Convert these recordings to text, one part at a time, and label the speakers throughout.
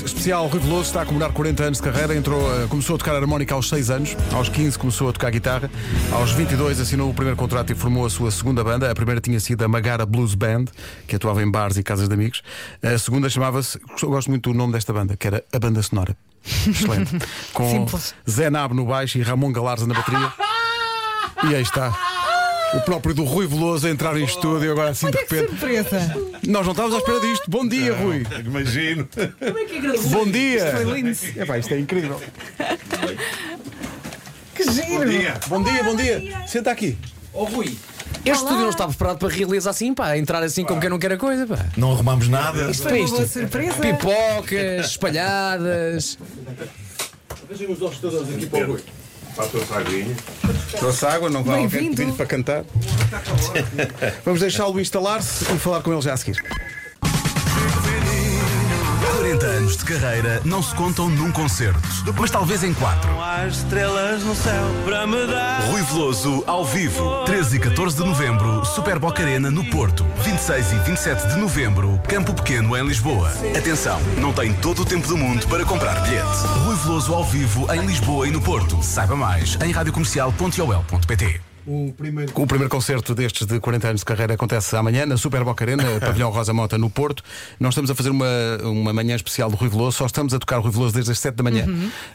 Speaker 1: Especial Rui Veloso está a comemorar 40 anos de carreira, entrou, eh, começou a tocar harmónica aos 6 anos, aos 15 começou a tocar guitarra, aos 22 assinou o primeiro contrato e formou a sua segunda banda. A primeira tinha sido a Magara Blues Band, que atuava em bares e casas de amigos. A segunda chamava-se, eu gosto muito do nome desta banda, que era a Banda Sonora. Excelente. Com
Speaker 2: Simples.
Speaker 1: Zé Nabo no baixo e Ramon Galarza na bateria. E aí está. O próprio do Rui Veloso a entrar em estúdio agora assim de
Speaker 2: Olha é que
Speaker 1: repente.
Speaker 2: surpresa!
Speaker 1: Nós não estávamos à espera disto. Bom dia, Rui.
Speaker 3: Imagino.
Speaker 1: Bom dia.
Speaker 2: Foi é lindo!
Speaker 1: Epá, isto é incrível.
Speaker 2: Que giro!
Speaker 1: Bom dia, bom dia. Senta aqui.
Speaker 4: Ó Rui,
Speaker 5: Este estúdio não estava preparado para realizar assim, pá, entrar assim como quem não quer a coisa, pá.
Speaker 3: Não arrumamos nada.
Speaker 5: Isto
Speaker 2: Foi
Speaker 5: é
Speaker 2: uma boa
Speaker 5: isto.
Speaker 2: surpresa!
Speaker 5: Pipocas, espalhadas.
Speaker 4: vejam os olhos todos aqui para o Rui.
Speaker 1: Trouxe água, não vai alguém
Speaker 2: Bem-vindo.
Speaker 1: pedir para cantar. Vamos deixá-lo instalar-se e falar com ele já a seguir.
Speaker 6: 40 anos de carreira não se contam num concerto, mas talvez em quatro.
Speaker 7: Há estrelas no céu para me dar.
Speaker 6: Rui Veloso, ao vivo, 13 e 14 de novembro, Super Boca Arena no Porto. 26 e 27 de novembro, Campo Pequeno em Lisboa. Atenção, não tem todo o tempo do mundo para comprar bilhete. Rui Veloso ao vivo em Lisboa e no Porto. Saiba mais em radiocomercial.ol.pt.
Speaker 1: O primeiro concerto destes de 40 anos de carreira acontece amanhã na Super Boca Arena, Pavilhão Rosa Mota, no Porto. Nós estamos a fazer uma, uma manhã especial do Rui Veloso, só estamos a tocar o Rui Veloso desde as 7 da manhã.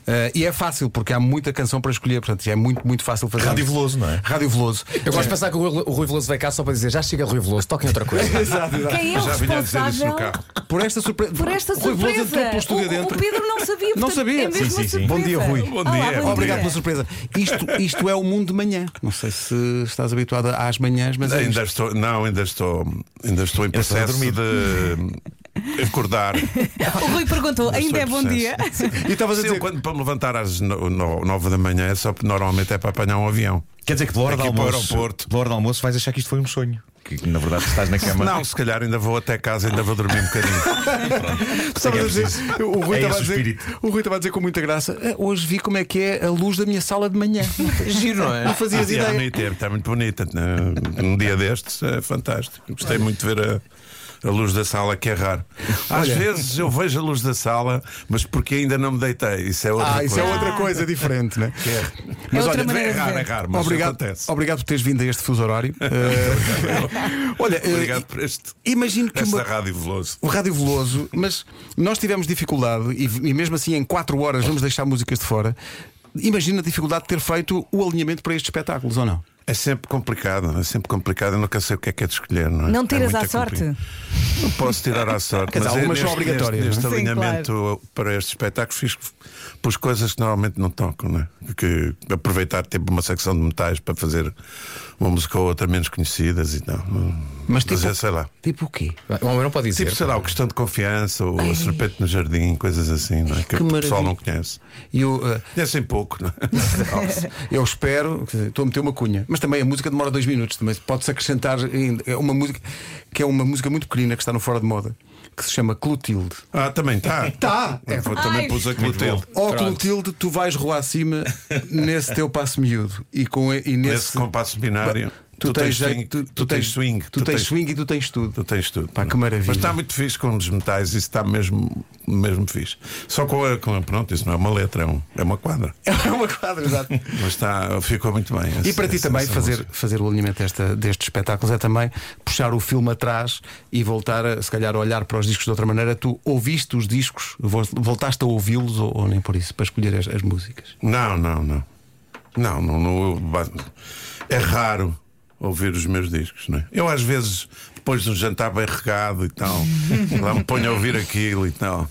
Speaker 1: Eh, e é fácil, porque há muita canção para escolher, portanto, é muito, muito fácil fazer.
Speaker 3: Rádio
Speaker 1: isso.
Speaker 3: Veloso, não é?
Speaker 1: Rádio Veloso.
Speaker 5: Eu gosto de pensar que o Rui- o Rui Veloso veio cá só para dizer já chega Rui Veloso, toquem outra coisa.
Speaker 1: Exato, exato.
Speaker 2: Quem é o
Speaker 3: Já vinha a dizer isso
Speaker 2: responsável
Speaker 3: no carro.
Speaker 1: Por esta surpresa.
Speaker 2: por esta
Speaker 1: Rui Veloso entrou
Speaker 2: surpresa?
Speaker 1: pelo estúdio
Speaker 2: o,
Speaker 1: dentro.
Speaker 2: o Pedro não sabia!
Speaker 1: Não
Speaker 2: portanto,
Speaker 1: sabia.
Speaker 2: É
Speaker 3: Sim,
Speaker 2: mesmo
Speaker 3: sim,
Speaker 2: uma
Speaker 3: sim.
Speaker 1: Bom dia,
Speaker 2: surpresa.
Speaker 1: Rui.
Speaker 3: Bom
Speaker 2: Olá,
Speaker 3: dia.
Speaker 2: bom
Speaker 1: É, Obrigado
Speaker 2: dia.
Speaker 1: pela surpresa. Isto, isto é o mundo de manhã. Não sei se estás habituado às manhãs, mas. é isto.
Speaker 3: Ainda estou, não, ainda estou, ainda estou
Speaker 1: estou
Speaker 3: em
Speaker 1: a
Speaker 3: processo
Speaker 1: dormir.
Speaker 3: de acordar.
Speaker 2: O Rui perguntou: ainda
Speaker 3: estou
Speaker 2: é
Speaker 3: em
Speaker 2: bom
Speaker 3: processo.
Speaker 2: dia?
Speaker 1: E estavas a
Speaker 3: Mas eu,
Speaker 1: dizer.
Speaker 3: quando para me levantar às no- no- nove da manhã, é só porque normalmente é para apanhar um avião.
Speaker 8: Quer dizer que pela hora, do
Speaker 3: Aqui para o
Speaker 8: almoço,
Speaker 3: aeroporto.
Speaker 8: pela hora do almoço vais achar que isto foi um sonho. Que na verdade estás
Speaker 1: É
Speaker 8: na cama.
Speaker 3: Não, se calhar ainda vou até casa, ainda vou dormir um bocadinho.
Speaker 1: Estavas
Speaker 8: é
Speaker 1: a dizer,
Speaker 8: preciso.
Speaker 1: o, Rui estava
Speaker 8: É
Speaker 1: a
Speaker 8: esse
Speaker 1: dizer
Speaker 8: o espírito.
Speaker 1: o Rui estava a dizer com muita graça. "Ah, Hoje vi como é que é a luz da minha sala de manhã.
Speaker 5: Giro, não é?
Speaker 1: Não fazias
Speaker 3: E é
Speaker 1: ideia.
Speaker 3: bonito, é, está muito bonito. né? Um dia destes é fantástico. Gostei muito de ver a, a luz da sala, que é raro. Às vezes eu vejo a luz da sala, mas porque ainda não me deitei. Isso é outra
Speaker 1: Ah,
Speaker 3: coisa.
Speaker 1: isso é outra coisa diferente, né?
Speaker 2: É
Speaker 1: Mas
Speaker 2: outra
Speaker 1: olha,
Speaker 2: maneira
Speaker 3: É
Speaker 2: de
Speaker 3: raro, é
Speaker 2: ver.
Speaker 3: raro, mas
Speaker 1: Obrigado,
Speaker 3: acontece.
Speaker 1: obrigado por teres vindo a este fuso horário. Eh, olha, eh,
Speaker 3: Obrigado por este.
Speaker 1: imagino que
Speaker 3: Esta
Speaker 1: uma,
Speaker 3: rádio veloso.
Speaker 1: O um Rádio Veloso, mas nós tivemos dificuldade e, e mesmo assim em 4 horas vamos deixar músicas de fora. Imagina a dificuldade de ter feito o alinhamento para estes espetáculos, ou não?
Speaker 3: É sempre complicado, é sempre complicado. Eu nunca sei o que é que é de escolher, não é?
Speaker 2: Não
Speaker 3: É
Speaker 2: tiras
Speaker 3: muita
Speaker 2: à sorte?
Speaker 3: compli- Não posso tirar à sorte.
Speaker 1: Quer dizer,
Speaker 3: mas é
Speaker 1: algumas são
Speaker 3: neste-
Speaker 1: obrigatórias,
Speaker 3: Neste,
Speaker 1: não
Speaker 3: neste
Speaker 2: é? Sim,
Speaker 3: alinhamento para estes espetáculos fiz pus coisas que normalmente não tocam, não é? Que aproveitar tipo uma secção de metais para fazer uma música ou outra menos conhecidas e tal.
Speaker 1: Mas tipo-
Speaker 3: é, sei lá.
Speaker 1: Tipo o quê?
Speaker 5: O homem não pode dizer.
Speaker 3: Tipo, sei lá, o questão de confiança, ou a serpente no jardim, coisas assim, não é? Que,
Speaker 1: Que
Speaker 3: o
Speaker 1: maravilha.
Speaker 3: pessoal não conhece.
Speaker 1: Eu, eh,
Speaker 3: Conhecem pouco, não é?
Speaker 1: eu espero, quer dizer, estou a meter uma cunha, mas também a música demora dois minutos, também pode-se acrescentar ainda. É uma música que é uma música muito pequena que está no Fora de Moda, que se chama Clotilde.
Speaker 3: Ah, também está.
Speaker 1: Tá.
Speaker 3: também pus a Clotilde.
Speaker 1: Ó Oh, Clotilde, tu vais rolar acima nesse teu passo miúdo e, com, e
Speaker 3: Nesse
Speaker 1: nesse.
Speaker 3: compasso binário.
Speaker 1: Tu, tens, jeito,
Speaker 3: swing, tu, tens swing,
Speaker 1: tu, tens swing e tu tens tudo. é?
Speaker 3: Tu tens tudo.
Speaker 1: Pá, que maravilha.
Speaker 3: Mas está muito fixe com os metais, isso está mesmo, mesmo fixe. Só com a, com a- Pronto, isso não é uma letra, é, um- é uma quadra.
Speaker 1: É uma quadra, exato.
Speaker 3: Mas está, ficou muito bem.
Speaker 1: E
Speaker 3: essa-
Speaker 1: para ti
Speaker 3: essa-
Speaker 1: também,
Speaker 3: essa
Speaker 1: fazer,
Speaker 3: música.
Speaker 1: fazer o alinhamento desta, destes espetáculos é também puxar o filme atrás e voltar, a, se calhar, a olhar para os discos de outra maneira. Tu ouviste os discos, vol- voltaste a ouvi-los ou, ou nem por isso, para escolher as, as músicas?
Speaker 3: Não, não, não. Não, não, não, eu ba- É raro ouvir os meus discos, não é? Eu às vezes, depois de um jantar bem regado e tal, lá me ponho a ouvir aquilo e tal,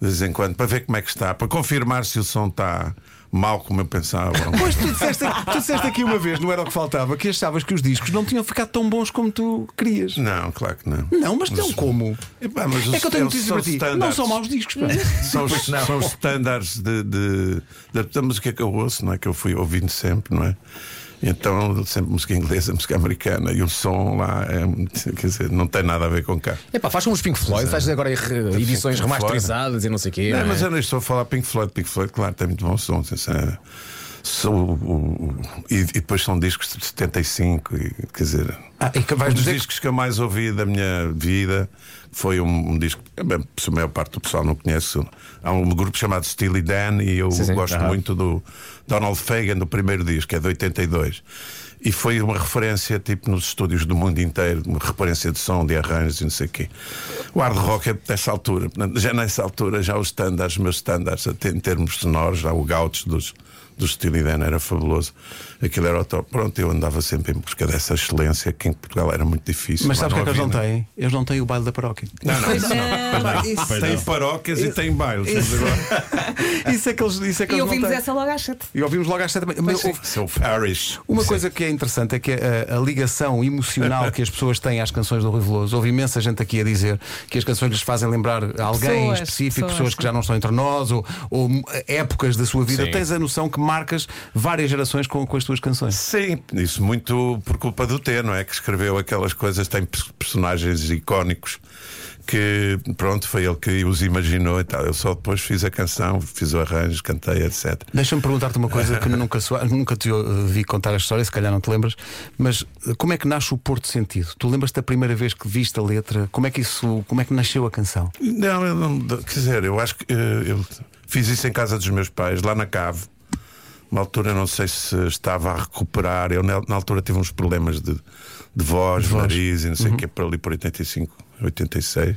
Speaker 3: de vez em quando, para ver como é que está, para confirmar se o som está mal como eu pensava.
Speaker 1: Pois tu disseste, tu disseste aqui uma vez, não era o que faltava, que achavas que os discos não tinham ficado tão bons como tu querias.
Speaker 3: Não, claro que não.
Speaker 1: Não, mas não como.
Speaker 3: Epá, mas
Speaker 1: É
Speaker 3: os-
Speaker 1: que eu tenho
Speaker 3: eles
Speaker 1: notícias para ti. Não
Speaker 3: standards.
Speaker 1: são maus discos, pá.
Speaker 3: São os, são os standards de, de- da, da música que eu ouço, não é? Que eu fui ouvindo sempre, não é? Então, sempre música inglesa, música americana e o som lá, é, muito- quer dizer, não tem nada a ver com cá.
Speaker 5: É pá, faz como os Pink Floyd, estás agora aí re- edições
Speaker 3: Tipo, Pink Floyd.
Speaker 5: remasterizadas e não sei o quê.
Speaker 3: Não,
Speaker 5: não é?
Speaker 3: mas eu não estou a falar Pink Floyd. Pink Floyd, claro, tem muito bom som. sincero. Sou, o- o- e, e depois são discos de 75, e, quer dizer.
Speaker 1: Ah, e que
Speaker 3: Um
Speaker 1: vais
Speaker 3: dos
Speaker 1: dizer que
Speaker 3: discos que eu mais ouvi da minha vida foi um, um disco é bem, se a maior parte do pessoal não conhece, há um grupo chamado Steely Dan e eu
Speaker 8: Sim, sim.
Speaker 3: gosto
Speaker 8: Ah.
Speaker 3: muito do Donald Fagan, do primeiro disco, é de 82. E foi uma referência, tipo, nos estúdios do mundo inteiro, uma referência de som, de arranjos e não sei o quê. O hard rock é dessa altura, portanto, já nessa altura, já os standards, meus standards, até em termos sonoros, já o Gauch dos, dos Steely Dan era fabuloso. Aquilo era o top. Pronto, eu andava sempre em busca dessa excelência que em Portugal era muito difícil.
Speaker 1: Mas
Speaker 3: lá
Speaker 1: sabes o que é que eles
Speaker 3: havia,
Speaker 1: não
Speaker 3: né?
Speaker 1: têm? Eles não têm o baile da paróquia.
Speaker 3: Não, não, isso não.
Speaker 2: é. Isso.
Speaker 3: Tem paróquias e tem bailes.
Speaker 1: Isso é que eles, isso é que
Speaker 2: E
Speaker 1: eles não
Speaker 2: ouvimos
Speaker 1: têm.
Speaker 2: essa logo à chute.
Speaker 1: E ouvimos logo às sete da manhã. Mas houve-
Speaker 3: Seu Parish.
Speaker 1: Uma coisa que é interessante é que a, a ligação emocional que as pessoas têm às canções do Rui Veloso, houve imensa gente aqui a dizer que as canções lhes fazem lembrar alguém em
Speaker 2: Pessoas,
Speaker 1: específico,
Speaker 2: pessoas,
Speaker 1: pessoas que já não estão entre nós ou, ou, eh, épocas da sua vida.
Speaker 8: Sim.
Speaker 1: Tens a noção que marcas várias gerações com, com as tuas canções.
Speaker 3: Sim, isso muito por culpa do T, não é? Que escreveu aquelas coisas, tem pers- personagens icónicos que, pronto, foi ele que os imaginou e tal. Eu só depois fiz a canção, fiz o arranjo, cantei, etc.
Speaker 1: Deixa-me perguntar-te uma coisa que nunca, soa- nunca te ouvi contar a história, se calhar não te lembras, mas eh, como é que nasce o Porto Sentido? Tu lembras-te da primeira vez que viste a letra? Como é que isso, como é que nasceu a canção?
Speaker 3: Não, eu não. Quer dizer, eu acho que eh, eu fiz isso em casa dos meus pais, lá na Cave. Uma altura, eu não sei se estava a recuperar. Eu, na na altura, tive uns problemas de, de voz, nariz e não sei o
Speaker 1: Uhum.
Speaker 3: que, por ali por 85, 86.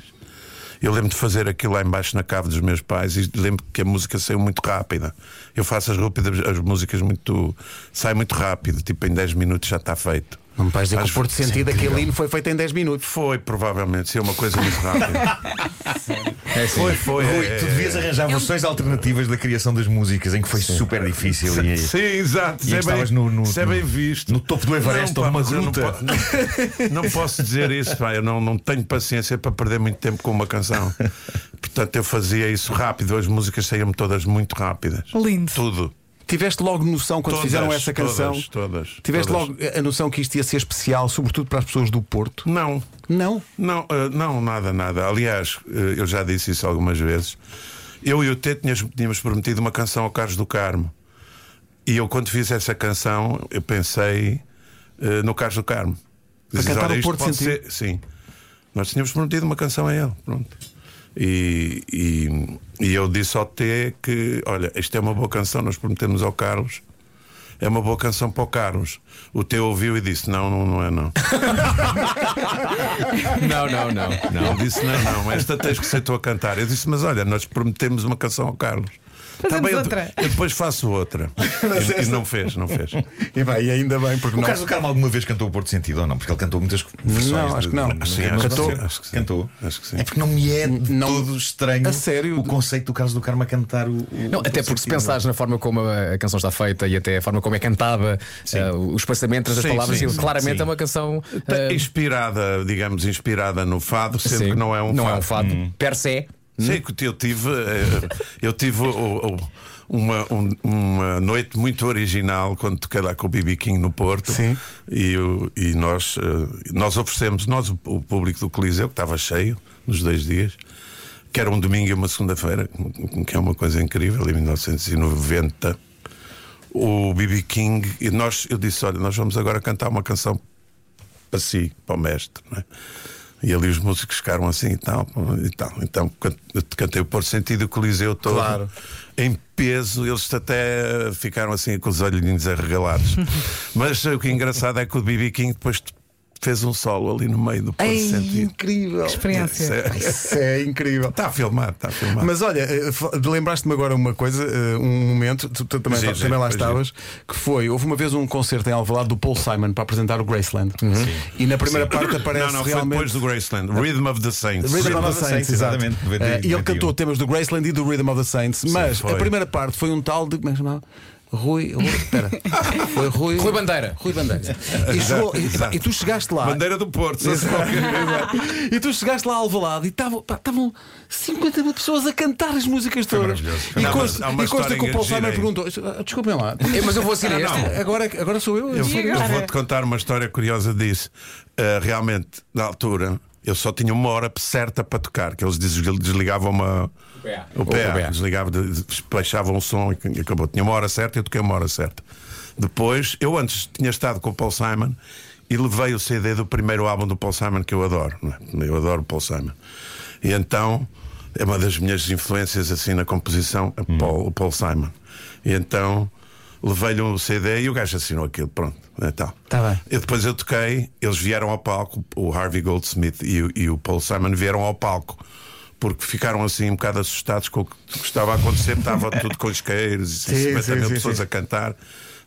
Speaker 3: Eu lembro de fazer aquilo lá embaixo na cave dos meus pais e lembro que a música saiu muito rápida. Eu faço as, rápidas, as músicas muito. sai muito rápido, tipo em 10 minutos já está feito.
Speaker 1: Não me vais dizer que é
Speaker 3: Acho-
Speaker 1: o Porto Sentido, aquele hino, foi feito em 10 minutos.
Speaker 3: Foi, provavelmente, sim, uma coisa muito rápida.
Speaker 8: É assim. Foi, foi. Rui,
Speaker 3: é,
Speaker 8: tu devias arranjar versões alternativas da criação das músicas em que foi super difícil e.
Speaker 3: Sim, exato.
Speaker 8: E
Speaker 3: Isso é,
Speaker 8: estavas
Speaker 3: bem,
Speaker 8: no- no-
Speaker 3: isso é bem
Speaker 8: no-
Speaker 3: visto.
Speaker 8: no topo do Everest, ou numa
Speaker 3: mas eu
Speaker 8: gruta.
Speaker 3: Não, po- não- não posso dizer isso, pá. Eu não, não tenho paciência para perder muito tempo com uma canção. Portanto, eu fazia isso rápido. As músicas saíam-me todas muito rápidas.
Speaker 2: Lindo.
Speaker 3: Tudo.
Speaker 1: Tiveste logo noção quando
Speaker 3: Todas,
Speaker 1: fizeram essa canção?
Speaker 3: todas, todas,
Speaker 1: Tiveste
Speaker 3: todas.
Speaker 1: logo a noção que isto ia ser especial, sobretudo para as pessoas do Porto?
Speaker 3: Não,
Speaker 1: Não.
Speaker 3: não, eh, não, nada, nada. Aliás, eh, eu já disse isso algumas vezes. Eu e o T tínhamos, tínhamos prometido uma canção ao Carlos do Carmo. E eu, quando fiz essa canção, eu pensei eh, no Carlos do Carmo. Para
Speaker 1: cantar o Porto Sentido."
Speaker 3: Sim. Nós tínhamos prometido uma canção a ele. Pronto. E, e, e eu disse ao T que, olha, isto é uma boa canção, nós prometemos ao Carlos. É uma boa canção para o Carlos. O T ouviu e disse: Não, não, não é não.
Speaker 5: Não, não, não.
Speaker 3: Não. Ele disse: Não, não, esta tens que ser tu a cantar. Eu disse: Mas olha, nós prometemos uma canção ao Carlos. Tá
Speaker 2: Fazemos
Speaker 3: bem, eu-
Speaker 2: outra."
Speaker 3: Eu, depois faço outra. E- e, não fez, não fez.
Speaker 8: E, vai, e ainda bem, porque o Carlos do Carmo alguma vez cantou o Porto Sentido ou não? Porque ele cantou muitas versões.
Speaker 1: Não, acho
Speaker 8: de-
Speaker 1: que não.
Speaker 8: de-
Speaker 1: Acho
Speaker 3: que
Speaker 8: não
Speaker 3: sim, acho
Speaker 8: cantou.
Speaker 3: que sim, acho que sim.
Speaker 8: Cantou.
Speaker 3: Acho que sim.
Speaker 8: É porque não me é de
Speaker 1: Não.
Speaker 8: todo estranho
Speaker 1: A sério?
Speaker 8: o conceito do Carlos do Carmo a cantar o. o-
Speaker 5: Não,
Speaker 8: o
Speaker 5: até porque se
Speaker 8: Sentido.
Speaker 5: pensares na forma como a, a canção está feita e até a forma como é cantada, eh, os pensamentos das
Speaker 3: Sim,
Speaker 5: palavras,
Speaker 3: sim,
Speaker 5: ele
Speaker 3: sim,
Speaker 5: claramente
Speaker 3: sim.
Speaker 5: é uma canção.
Speaker 3: Tá
Speaker 5: eh,
Speaker 3: Inspirada, digamos, inspirada no fado, sendo
Speaker 5: sim,
Speaker 3: que não é um fado.
Speaker 5: Per se.
Speaker 3: Sim, que eu tive, eh, eu tive o- o- uma, um- uma noite muito original quando toquei lá com o BB King no Porto.
Speaker 1: Sim.
Speaker 3: E, o- e nós, eh, nós oferecemos, nós, o- o público do Coliseu, que estava cheio nos dois dias, que era um domingo e uma segunda-feira, que é uma coisa incrível, em 1990. O BB King, e nós, eu disse: Olha, nós vamos agora cantar uma canção para si, para o mestre. Não é? E ali os músicos ficaram assim e tal, e tal. Então can- cantei o Porto Sentido e o Coliseu todo.
Speaker 1: Claro.
Speaker 3: Em peso, eles até ficaram assim com os olhinhos arregalados. Mas o que é engraçado é que o BB King depois t- fez um solo ali no meio do Porto Sentido.
Speaker 1: incrível.
Speaker 2: Experiência.
Speaker 1: é, Isso é incrível.
Speaker 3: Está filmado, está filmado.
Speaker 1: Mas olha, eh, fa- lembraste-me agora uma coisa, eh, um momento, tu, tu também,
Speaker 3: Giro,
Speaker 1: tu também lá
Speaker 3: giro,
Speaker 1: estavas, que foi, houve uma vez um concerto em Alvalade do Paul Simon para apresentar o Graceland. E na primeira parte aparece
Speaker 3: não, não, foi
Speaker 1: realmente
Speaker 3: depois do Graceland. Rhythm of the Saints.
Speaker 1: Rhythm
Speaker 8: Rhythm
Speaker 1: of the Saints, exato.
Speaker 8: exatamente,
Speaker 1: Eh,
Speaker 8: 90,
Speaker 1: E ele
Speaker 8: 91.
Speaker 1: cantou temas do Graceland e do Rhythm of the Saints, mas
Speaker 3: foi.
Speaker 1: a primeira parte foi um tal de. Como é que se chamava? Rui. Rui espera. Foi Rui.
Speaker 5: Rui Bandeira.
Speaker 1: Rui Bandeira. E, chegou- e-
Speaker 3: Exato.
Speaker 1: e tu chegaste lá.
Speaker 3: Bandeira do Porto. só se qualquer coisa.
Speaker 1: E tu chegaste lá ao Alvalade e estavam pá, estavam 50 mil pessoas a cantar as músicas todas. E
Speaker 3: Não,
Speaker 1: consta-
Speaker 3: mas há uma
Speaker 1: E consta
Speaker 3: história
Speaker 1: que o Paul
Speaker 3: gira
Speaker 1: Simon
Speaker 3: aí.
Speaker 1: perguntou: "Ah, desculpem lá, é,
Speaker 5: Eh, Mas eu vou seguir este.
Speaker 1: agora, agora sou eu?
Speaker 3: Eu,
Speaker 2: E
Speaker 3: eu
Speaker 2: agora?
Speaker 3: vou-te contar uma história curiosa disso. Uh, realmente, na altura, eu só tinha uma hora certa para tocar, que eles des- desligavam uma. O PA, desligava, de- despachavam o som e acabou. Tinha uma hora certa e eu toquei uma hora certa. Depois, eu antes tinha estado com o Paul Simon e levei o CD do primeiro álbum do Paul Simon, que eu adoro. não é? Eu adoro o Paul Simon. E então é uma das minhas influências assim na composição, é
Speaker 1: Hum.
Speaker 3: Paul, o Paul Simon. E então levei-lhe o CD e o gajo assinou aquilo, pronto. É tal.
Speaker 1: Tá bem.
Speaker 3: E depois eu toquei, eles vieram ao palco, o Harvey Goldsmith e, o- e o Paul Simon vieram ao palco. Porque ficaram assim um bocado assustados com o que que estava a acontecer, estava tudo com isqueiros e
Speaker 1: Sim,
Speaker 3: 50 mil
Speaker 1: sim, sim,
Speaker 3: pessoas
Speaker 1: sim.
Speaker 3: a cantar,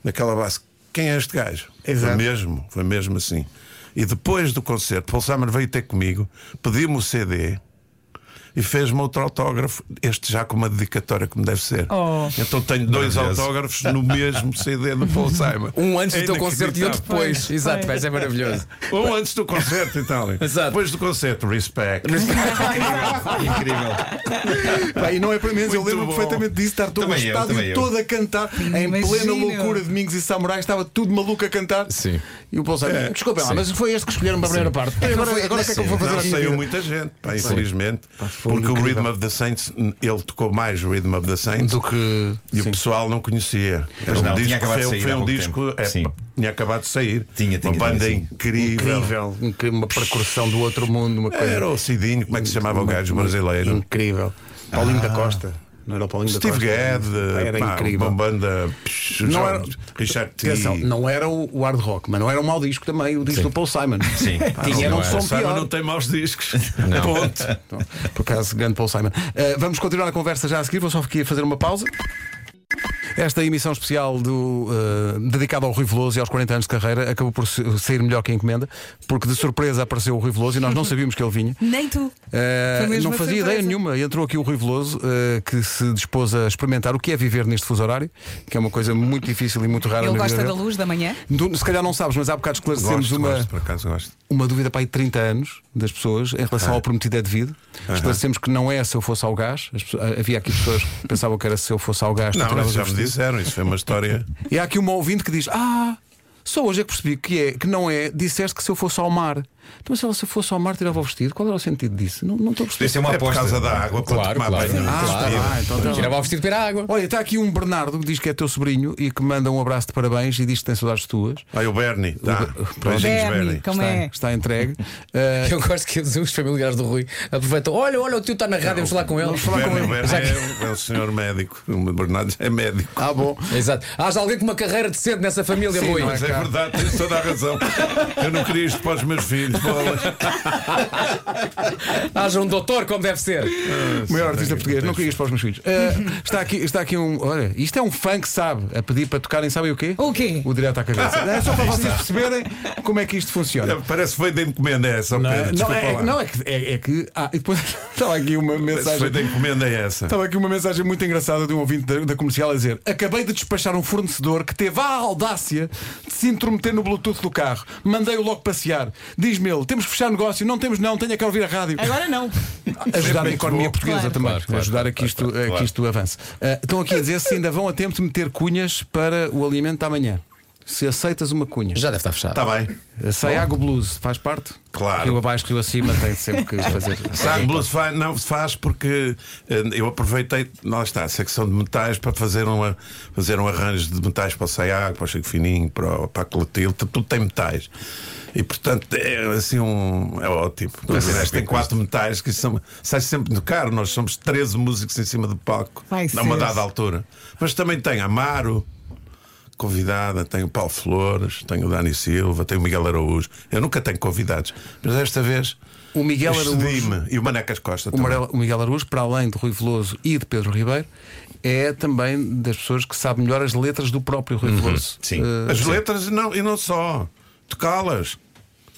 Speaker 3: naquela base. Quem é este gajo?
Speaker 1: Exato.
Speaker 3: Foi mesmo, foi mesmo assim. E depois do concerto, Paul Simon veio ter comigo, pediu-me o CD e fez-me outro autógrafo, este já com uma dedicatória como deve ser.
Speaker 2: Oh.
Speaker 3: Então tenho dois
Speaker 8: Maravilhoso.
Speaker 3: autógrafos no mesmo CD do Paul Simon.
Speaker 5: Um antes do
Speaker 3: É
Speaker 5: teu concerto e outro
Speaker 3: inacreditável.
Speaker 5: depois. Exato, pá, isso é maravilhoso.
Speaker 3: Um antes do concerto e tal.
Speaker 5: Exato.
Speaker 3: Depois do concerto, respect.
Speaker 8: Incrível.
Speaker 1: Pá, e não é para menos, eu
Speaker 3: Muito
Speaker 1: lembro
Speaker 3: bom.
Speaker 1: perfeitamente disso, estar todo
Speaker 8: Também
Speaker 1: o
Speaker 8: eu,
Speaker 1: estádio
Speaker 8: também eu.
Speaker 1: todo a cantar, em
Speaker 2: Imagino.
Speaker 1: plena loucura de Domingos e Samurais, estava tudo maluco a cantar.
Speaker 5: Sim.
Speaker 1: E o Paulo Simon,
Speaker 3: É.
Speaker 1: desculpem lá,
Speaker 5: Sim.
Speaker 1: mas foi este que escolheram para a primeira parte.
Speaker 5: É que não
Speaker 1: agora
Speaker 5: foi-
Speaker 1: agora o que é que eu vou fazer
Speaker 3: Não,
Speaker 1: à minha
Speaker 3: saiu
Speaker 1: vida?
Speaker 3: muita gente, pá, infelizmente.
Speaker 1: foi
Speaker 3: Porque o
Speaker 1: incrível.
Speaker 3: Rhythm of the Saints, ele tocou mais o Rhythm of the Saints
Speaker 1: Do que.
Speaker 3: E o pessoal não conhecia. Era
Speaker 8: não, tinha
Speaker 3: disco-
Speaker 8: acabado de
Speaker 3: foi,
Speaker 8: sair
Speaker 3: foi
Speaker 8: há
Speaker 3: um
Speaker 8: pouco
Speaker 3: disco.
Speaker 8: tempo.
Speaker 3: é,
Speaker 8: Sim.
Speaker 3: tinha acabado de sair.
Speaker 8: Tinha, tinha,
Speaker 3: uma banda
Speaker 8: tinha, sim.
Speaker 3: incrível.
Speaker 1: Incrível, uma percussão do outro mundo, uma coisa.
Speaker 3: Era o Cidinho, como é que se chamava o gajo
Speaker 1: Hum.
Speaker 3: brasileiro?
Speaker 1: Incrível. Paulinho da Costa. Não era o Paulinho
Speaker 3: Hum. Steve
Speaker 1: da Costa.
Speaker 3: Gadd,
Speaker 1: Hum. Era
Speaker 3: pá,
Speaker 1: incrível.
Speaker 3: uma banda. psh,
Speaker 1: Não
Speaker 3: John-
Speaker 1: era-
Speaker 3: Richard T.
Speaker 1: Atenção, não era o o hard rock, mas não era um mau disco também, o disco do Paul Simon.
Speaker 8: Sim.
Speaker 1: Pá, Tinha era um
Speaker 3: Não,
Speaker 1: som
Speaker 3: o Simon
Speaker 1: pior.
Speaker 3: não tem maus discos. Ponto.
Speaker 1: Então, Por acaso, grande Paul Simon. Eh, vamos continuar a conversa já a seguir, vou só aqui fazer uma pausa. Esta emissão especial do, eh, dedicada ao Rui Veloso e aos 40 anos de carreira acabou por se- sair melhor que a encomenda, porque de surpresa apareceu o Rui Veloso e nós não sabíamos que ele vinha.
Speaker 2: Nem tu.
Speaker 1: Eh,
Speaker 2: Foi mesmo
Speaker 1: não
Speaker 2: uma
Speaker 1: fazia ideia
Speaker 2: surpresa.
Speaker 1: nenhuma. E Entrou aqui o Rui Veloso, eh, que se dispôs a experimentar o que é viver neste fuso horário, que é uma coisa muito difícil e muito rara
Speaker 2: Ele
Speaker 1: na
Speaker 2: gosta
Speaker 1: vida
Speaker 2: da
Speaker 1: dele.
Speaker 2: luz da manhã.
Speaker 1: Du- Se calhar não sabes, mas há bocado esclarecemos
Speaker 3: Gosto,
Speaker 1: uma,
Speaker 3: gosto, por acaso gosto.
Speaker 1: uma dúvida para aí de 30 anos das pessoas em relação ao prometido é devido. Esclarecemos que não é se eu fosse ao gás. As pessoas- havia aqui pessoas que pensavam que era se eu fosse ao gás. tu
Speaker 3: Não,
Speaker 1: tiravas
Speaker 3: isso já
Speaker 1: o
Speaker 3: me
Speaker 1: vestido.
Speaker 3: disseram, isso foi uma história.
Speaker 1: E há aqui uma ouvinte que diz: Ah, só hoje é que percebi que, é, que não é. Disseste que se eu fosse ao mar. Então, mas se ela se fosse ao mar, tirava o vestido. Qual era o sentido disso? Não, não estou a perceber.
Speaker 8: Isto é uma
Speaker 3: é por
Speaker 8: aposta.
Speaker 3: causa da água, para
Speaker 5: Claro,
Speaker 3: tomar
Speaker 5: claro.
Speaker 3: banho.
Speaker 1: Ah, está
Speaker 5: claro.
Speaker 1: bem, então tá bem.
Speaker 5: Tirava o vestido para ir à água.
Speaker 1: Olha, está aqui um Bernardo que diz que é teu sobrinho e que manda um abraço de parabéns e diz que tem saudades tuas.
Speaker 3: Aí o Bernie, tá. Beijinhos,
Speaker 2: Bernie,
Speaker 3: Bernie.
Speaker 2: como
Speaker 1: está,
Speaker 2: é?
Speaker 1: está entregue. Ah,
Speaker 5: Eu gosto que os familiares do Rui aproveitam. Olha, olha, o tio está na rádio, vamos falar com ele.
Speaker 3: O Bernie, o Bernie é, é o senhor médico. O Bernardo é médico.
Speaker 1: ah, bom.
Speaker 5: Exato. Há já alguém com uma carreira decente nessa família, Rui.
Speaker 3: Mas é verdade, tens toda a razão. Eu não queria isto para os meus filhos. bolas.
Speaker 5: Haja um doutor, como deve ser.
Speaker 1: O maior artista português, não queria isto para os meus filhos. Ah, está, aqui, está aqui um. Olha, isto é um fã que sabe, a pedir para tocarem, sabem o quê?
Speaker 2: O quê?
Speaker 1: O direto à cabeça. É só para vocês perceberem como é que isto funciona.
Speaker 3: Parece que foi de encomenda essa,
Speaker 1: Não,
Speaker 3: Pedro.
Speaker 1: não,
Speaker 3: desculpa
Speaker 1: é,
Speaker 3: lá.
Speaker 1: não, é que. É, é que ah, e depois estava aqui uma
Speaker 3: Parece que foi
Speaker 1: mensagem.
Speaker 3: de encomenda essa.
Speaker 1: Estava aqui uma mensagem muito engraçada de um ouvinte da, da comercial a dizer: Acabei de despachar um fornecedor que teve a audácia de se intrometer no Bluetooth do carro. Mandei-o logo passear. Diz-me ele: Temos que fechar negócio. Não temos, não. Tenho que ouvir a rádio.
Speaker 2: Agora não.
Speaker 1: ajudar a
Speaker 3: muito
Speaker 1: economia
Speaker 3: bom.
Speaker 1: portuguesa
Speaker 2: Claro.
Speaker 1: também.
Speaker 5: Claro, claro,
Speaker 1: ajudar a que isto, a que
Speaker 8: claro.
Speaker 1: isto avance. Ah, estão aqui a dizer se ainda vão a tempo de meter cunhas para o alimento da manhã. Se aceitas uma cunha.
Speaker 5: Já deve estar fechado.
Speaker 3: Está Tá bem.
Speaker 1: Saiago Blues faz parte?
Speaker 3: Claro.
Speaker 1: Rio abaixo, rio acima, tem sempre que fazer.
Speaker 3: Sabe, Blues faz, não faz porque eh, eu aproveitei, lá está, a secção de metais para fazer, uma, fazer um arranjo de metais para o Saiago, para o Chico Fininho, para, o- para a Clotilde, tudo tem metais. E portanto é assim um. É ótimo. Aliás, tem quatro metais que são. Sai sempre do caro, nós somos 13 músicos em cima do palco,
Speaker 2: Vai
Speaker 3: numa
Speaker 2: ser.
Speaker 3: dada altura. Mas também tem Amaro. Convidada, tenho o Paulo Flores, tenho o Dani Silva, tenho o Miguel Araújo. Eu nunca tenho convidados, mas desta vez
Speaker 1: O Miguel Araújo.
Speaker 3: Excedi-me. E o Manecas Costa
Speaker 1: O,
Speaker 3: também.
Speaker 1: Marelo- o Miguel Araújo, para além de Rui Veloso e de Pedro Ribeiro, é também das pessoas que sabe melhor as letras do próprio Rui
Speaker 3: Uhum.
Speaker 1: Veloso.
Speaker 8: sim.
Speaker 1: Ah,
Speaker 3: As letras e não, e não só. Tocá-las.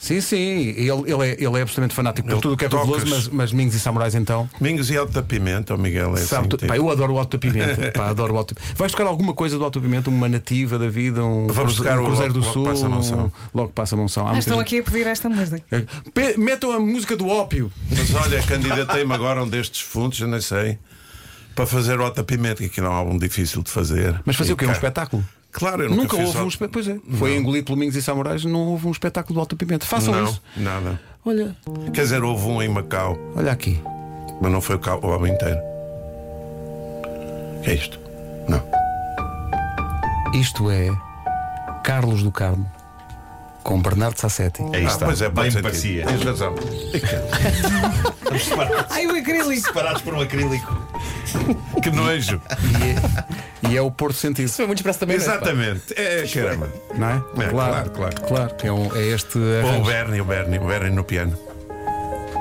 Speaker 1: sim, sim. Ele, ele é, ele é absolutamente fanático por
Speaker 3: Ele
Speaker 1: tudo o que é Rui
Speaker 3: tocas.
Speaker 1: Veloso, mas, mas Domingos e Samurais então.
Speaker 3: Mingos e Alto da Pimenta, o Miguel é
Speaker 1: Sabe,
Speaker 3: assim,
Speaker 1: tu-
Speaker 3: tipo.
Speaker 1: pá, eu adoro o Alto da Pimenta. pá, adoro o Alto da Pimenta. Vais tocar alguma coisa do Alto da Pimenta? Uma nativa da vida? Um,
Speaker 3: Vamos
Speaker 1: cruze-
Speaker 3: tocar
Speaker 1: um
Speaker 3: o
Speaker 1: Cruzeiro
Speaker 3: Logo-
Speaker 1: do
Speaker 3: Logo
Speaker 1: Sul?
Speaker 3: Passa a Monção.
Speaker 1: um- Logo passa a Monção. Há
Speaker 2: Ah,
Speaker 1: muita
Speaker 2: estão
Speaker 1: gente-
Speaker 2: aqui a pedir esta música.
Speaker 1: Pe- Metam a música do ópio.
Speaker 3: Mas olha, candidatei-me agora a um destes fundos, eu nem sei, para fazer o Alto da Pimenta, que aquilo é um álbum difícil de fazer.
Speaker 1: Mas fazer o quê? Um
Speaker 3: Cara,
Speaker 1: espetáculo?
Speaker 3: Claro, eu nunca,
Speaker 1: Nunca
Speaker 3: fiz
Speaker 1: houve
Speaker 3: al-
Speaker 1: um espetáculo. Pois é. Foi engolido pelo Mingos e Samurais, não houve um espetáculo do Alto da Pimenta. Façam
Speaker 3: Não,
Speaker 1: isso.
Speaker 3: nada.
Speaker 1: Olha,
Speaker 3: Quer dizer, houve um em Macau,
Speaker 1: olha aqui.
Speaker 3: mas não foi o ca- o álbum inteiro. É isto? Não.
Speaker 1: Isto é Carlos do Carmo com Bernardo Sassetti.
Speaker 8: Aí
Speaker 3: Ah,
Speaker 8: está.
Speaker 3: pois é,
Speaker 8: bem
Speaker 3: pode
Speaker 8: me
Speaker 3: ser.
Speaker 8: parecia.
Speaker 3: Tens razão.
Speaker 8: Estamos separados,
Speaker 2: Ai, o acrílico.
Speaker 8: separados por um acrílico.
Speaker 3: Que nojo.
Speaker 1: E é o Porto Santíssimo.
Speaker 5: Foi muito expresso também. não é, pá?
Speaker 3: Exatamente. É, caramba.
Speaker 1: Não é?
Speaker 3: É, claro, claro.
Speaker 1: É, um- é este
Speaker 3: Ou o
Speaker 1: arranjo.
Speaker 3: Bernie, o Bernie, o Bernie no piano.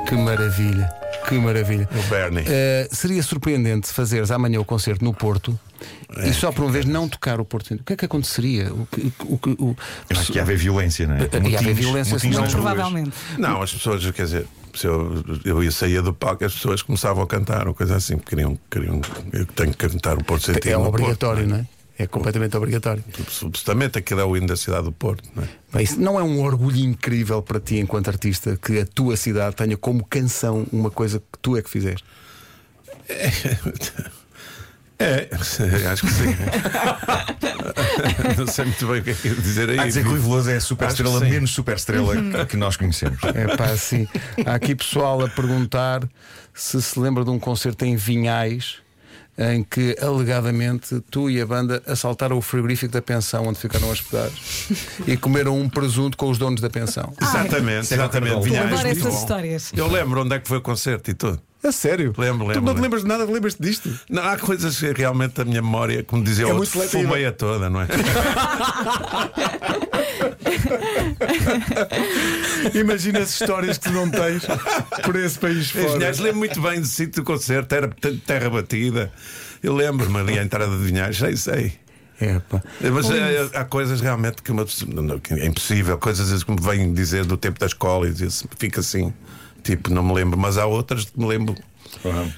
Speaker 1: Que maravilha, que maravilha.
Speaker 3: O Bernie.
Speaker 1: Uh, seria surpreendente se fazeres amanhã o concerto no Porto e só por uma vez não tocar o Porto. O que é que aconteceria? O que, o que- o-
Speaker 8: Eu acho que ia haver violência, não é?
Speaker 1: ia haver violência,
Speaker 8: motins
Speaker 1: senão-
Speaker 8: nas ruas.
Speaker 2: Provavelmente.
Speaker 3: Não, as pessoas, quer dizer, se eu, eu ia sair do palco, as pessoas começavam a cantar ou coisa assim, porque queriam, queriam. Eu tenho que cantar o Porto Santinho.
Speaker 1: é
Speaker 3: no Porto,
Speaker 1: obrigatório, não é? É completamente obrigatório.
Speaker 3: Supostamente aquilo é o hino da cidade do Porto, não é?
Speaker 1: Bem, isso não é um orgulho incrível para ti, enquanto artista, que a tua cidade tenha como canção uma coisa que tu é que fizeste?
Speaker 3: É, acho que sim. Não sei muito bem o que é que ia dizer aí. Ah,
Speaker 8: Há de dizer que Rui Veloso é a super
Speaker 3: Acho que
Speaker 8: estrela,
Speaker 3: sim.
Speaker 8: menos super estrela que nós conhecemos.
Speaker 1: É pá, assim. Há aqui pessoal a perguntar se se lembra de um concerto em Vinhais em que alegadamente tu e a banda assaltaram o frigorífico da pensão onde ficaram hospedados e comeram um presunto com os donos da pensão. é
Speaker 3: Exatamente, exatamente.
Speaker 2: Eu
Speaker 3: Vinhais,
Speaker 2: adoro
Speaker 3: muito
Speaker 2: essas
Speaker 3: bom.
Speaker 2: histórias.
Speaker 3: Eu lembro onde é que foi o concerto e tudo.
Speaker 1: A sério?
Speaker 3: Lembro,
Speaker 1: Tu
Speaker 3: lembro,
Speaker 1: não te
Speaker 3: lembro.
Speaker 1: lembras de nada, lembras-te disto?
Speaker 3: Não, há coisas que realmente da minha memória, como dizia o
Speaker 1: É muito
Speaker 3: outro,
Speaker 1: seletiva.
Speaker 3: fumei a toda, não é?
Speaker 1: Imagina as histórias que tu não tens por esse país
Speaker 3: Os
Speaker 1: fora.
Speaker 3: Vinhais, lembro muito bem do sítio do concerto, era portanto, terra batida. Eu lembro-me ali à entrada de Vinhais, sei, sei.
Speaker 1: É, pá.
Speaker 3: Mas eh, há coisas realmente que, uma, pessoa- não, não, que é impossível, coisas às vezes que me vêm dizer do tempo da escola e dizer, fica assim, tipo, não me lembro, mas há outras que me lembro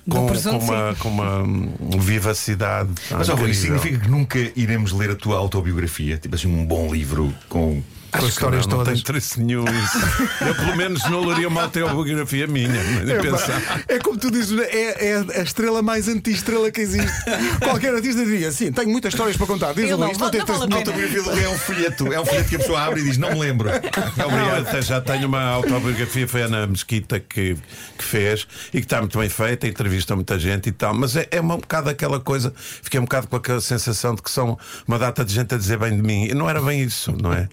Speaker 3: com,
Speaker 2: presunto,
Speaker 3: com uma, com uma, hum, vivacidade.
Speaker 8: Mas ó, Rui, isso
Speaker 3: incrível.
Speaker 8: significa que nunca iremos ler a tua autobiografia, tipo assim, um bom livro com.
Speaker 1: Com as histórias
Speaker 3: não, não tem
Speaker 1: todas.
Speaker 3: interesse nenhum isso. Eu pelo menos não leria uma autobiografia minha. Nem
Speaker 1: É, pá,
Speaker 3: pensar.
Speaker 1: é como tu dizes, é, é a estrela mais anti-estrela que existe. Qualquer artista diria assim: tenho muitas histórias para contar. Diz
Speaker 2: Eu
Speaker 1: Luís,
Speaker 2: não, não
Speaker 1: tem-
Speaker 2: vale a
Speaker 8: A
Speaker 1: não
Speaker 2: pena.
Speaker 1: tem-
Speaker 8: autobiografia do Rui é um folheto, é um folheto que a pessoa abre e diz: Não me lembro.
Speaker 3: Não, eu até já tenho uma autobiografia, foi a Ana Mesquita que, que fez e que está muito bem feita, entrevista muita gente e tal, mas é, é uma- um bocado aquela coisa, fiquei um bocado com aquela sensação de que são uma data de gente a dizer bem de mim. E não era bem isso, não é?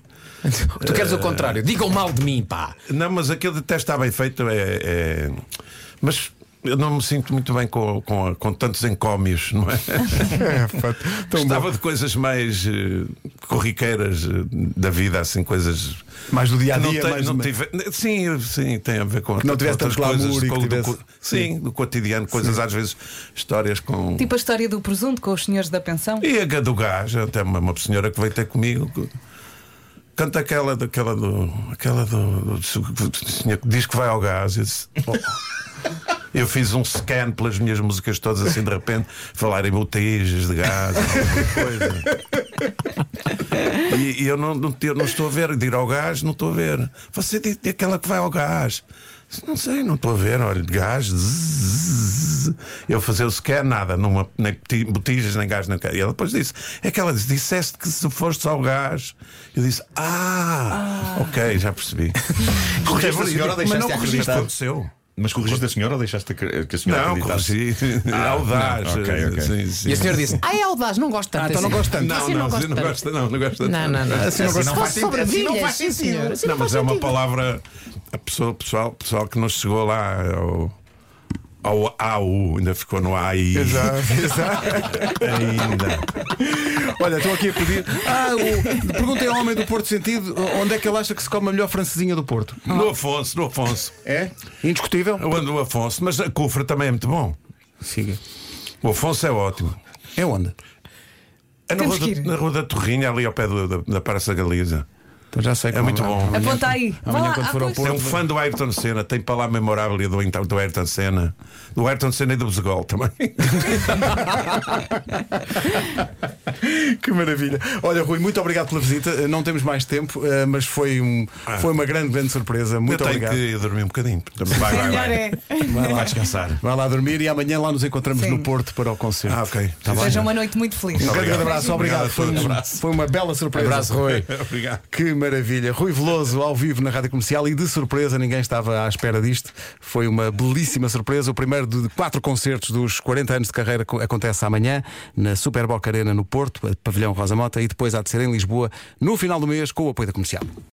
Speaker 5: Tu queres o contrário. Digam mal de mim, pá.
Speaker 3: Não, mas aquilo até está bem feito, é. é- Mas eu não me sinto muito bem com, com, a- com tantos encómios, não é?
Speaker 1: É, pá, tão bom.
Speaker 3: Gostava de coisas mais eh, corriqueiras eh, da vida, assim, coisas.
Speaker 1: Mais do dia a
Speaker 3: que
Speaker 1: dia,
Speaker 3: Não tem-
Speaker 1: mais
Speaker 3: não
Speaker 1: uma-
Speaker 3: tive- sim, sim, tem a ver com
Speaker 1: não tivesse
Speaker 3: outras
Speaker 1: tanto glamour
Speaker 3: coisas.
Speaker 1: e
Speaker 3: com-
Speaker 1: que
Speaker 3: do
Speaker 1: tivesse-
Speaker 3: co- sim, do cotidiano, coisas às vezes, histórias com.
Speaker 2: Tipo a história do presunto com os senhores da pensão.
Speaker 3: E a do gás, até uma, uma senhora que veio ter comigo. que- Canta aquela, do- aquela do. aquela do, do- do senhor que diz que vai ao gás. Eu, disse, "Oh." Eu fiz um scan pelas minhas músicas todas assim de repente, falar em botijas de gás, alguma coisa. E, e eu, não, não, eu não estou a ver, de ir ao gás, não estou a ver. Você diz diz aquela que vai ao gás. Disse, Não sei, não estou a ver, olha, gás. zzz. Eu fazer o scan, nada, numa, nem boti- botijas, nem gás, nem E ela depois disse: é que ela disse, disseste que se foste ao gás. Eu disse: ah, ok, já percebi.
Speaker 8: Corrigiste a senhora ou
Speaker 3: Mas não
Speaker 8: deixaste-a
Speaker 3: corrigiste,
Speaker 8: acreditar?
Speaker 3: aconteceu.
Speaker 8: Mas corrigiste a senhora ou deixaste que que a senhora
Speaker 3: Não,
Speaker 8: acreditasse?
Speaker 3: corrigi. Audaz.
Speaker 8: Ah, não, ok, ok.
Speaker 3: Sim, sim.
Speaker 5: E a senhora disse: Ah, é audaz, não gosto tanto.
Speaker 1: Ah, então não
Speaker 5: assim."
Speaker 1: gosto tanto.
Speaker 3: Não,
Speaker 9: Assim
Speaker 3: não,
Speaker 9: não
Speaker 3: assim não
Speaker 9: gosto
Speaker 3: gosta, não, não gosta.
Speaker 9: Não,
Speaker 3: tanto.
Speaker 9: não, não.
Speaker 8: Assim não gosto
Speaker 9: Fosse sobre
Speaker 8: assim não
Speaker 9: vinhas,
Speaker 8: faz
Speaker 9: sim,
Speaker 8: sentido.
Speaker 9: senhor. Assim
Speaker 3: Não,
Speaker 9: não faz
Speaker 3: mas é uma
Speaker 9: sentido.
Speaker 3: palavra. A pessoa, pessoal, pessoal que nos chegou lá ao. Ao AU, ainda ficou no AI.
Speaker 1: Exato, exato.
Speaker 3: Ainda.
Speaker 1: Olha, estou aqui a pedir. Ah, o... perguntei ao homem do Porto Sentido onde é que ele acha que se come a melhor francesinha do Porto.
Speaker 3: No Afonso, no Afonso.
Speaker 1: É? Indiscutível?
Speaker 3: Eu ando no Afonso, mas a Cufra também é muito bom.
Speaker 1: Siga.
Speaker 3: O Afonso é ótimo.
Speaker 1: É onde?
Speaker 3: É na,
Speaker 2: Temos
Speaker 3: rua
Speaker 2: que
Speaker 3: da,
Speaker 2: ir.
Speaker 3: na Rua da Torrinha, ali ao pé do- da, da Praça da Galiza.
Speaker 1: Então já sei
Speaker 3: É muito bom.
Speaker 2: Aponta aí. Vá
Speaker 1: Amanhã,
Speaker 2: lá,
Speaker 1: quando
Speaker 2: ah,
Speaker 1: for ao
Speaker 3: É
Speaker 2: pois.
Speaker 1: Porto.
Speaker 3: um fã do Ayrton Senna, tem para lá memorável do, então, do Ayrton Senna, do Ayrton Senna e do Bezegol também.
Speaker 1: Que maravilha. Olha, Rui, muito obrigado pela visita. Não temos mais tempo, eh, mas foi, um- foi uma grande, grande surpresa. Muito
Speaker 3: Ah. Eu tenho
Speaker 1: obrigado.
Speaker 3: que dormir um bocadinho. Vai, vai,
Speaker 2: Melhor
Speaker 3: vai.
Speaker 2: é.
Speaker 8: Vai descansar.
Speaker 1: Vai lá dormir e amanhã lá nos encontramos
Speaker 2: Sim.
Speaker 1: no Porto para o concerto.
Speaker 3: Ah, ok.
Speaker 1: Tá bem?
Speaker 2: Seja uma noite muito feliz.
Speaker 1: Um grande, grande abraço, obrigado.
Speaker 3: Obrigado a
Speaker 1: Foi, um-
Speaker 3: todos.
Speaker 1: foi uma bela surpresa.
Speaker 5: Abraço, Rui.
Speaker 3: Obrigado.
Speaker 1: Que maravilha. Rui Veloso ao vivo na Rádio Comercial e de surpresa, ninguém estava à espera disto. Foi uma belíssima surpresa. O primeiro de quatro concertos dos 40 anos de carreira co- acontece amanhã na Super Boca Arena no Porto, a Pavilhão Rosa Mota, e depois há de ser em Lisboa no final do mês com o apoio da comercial.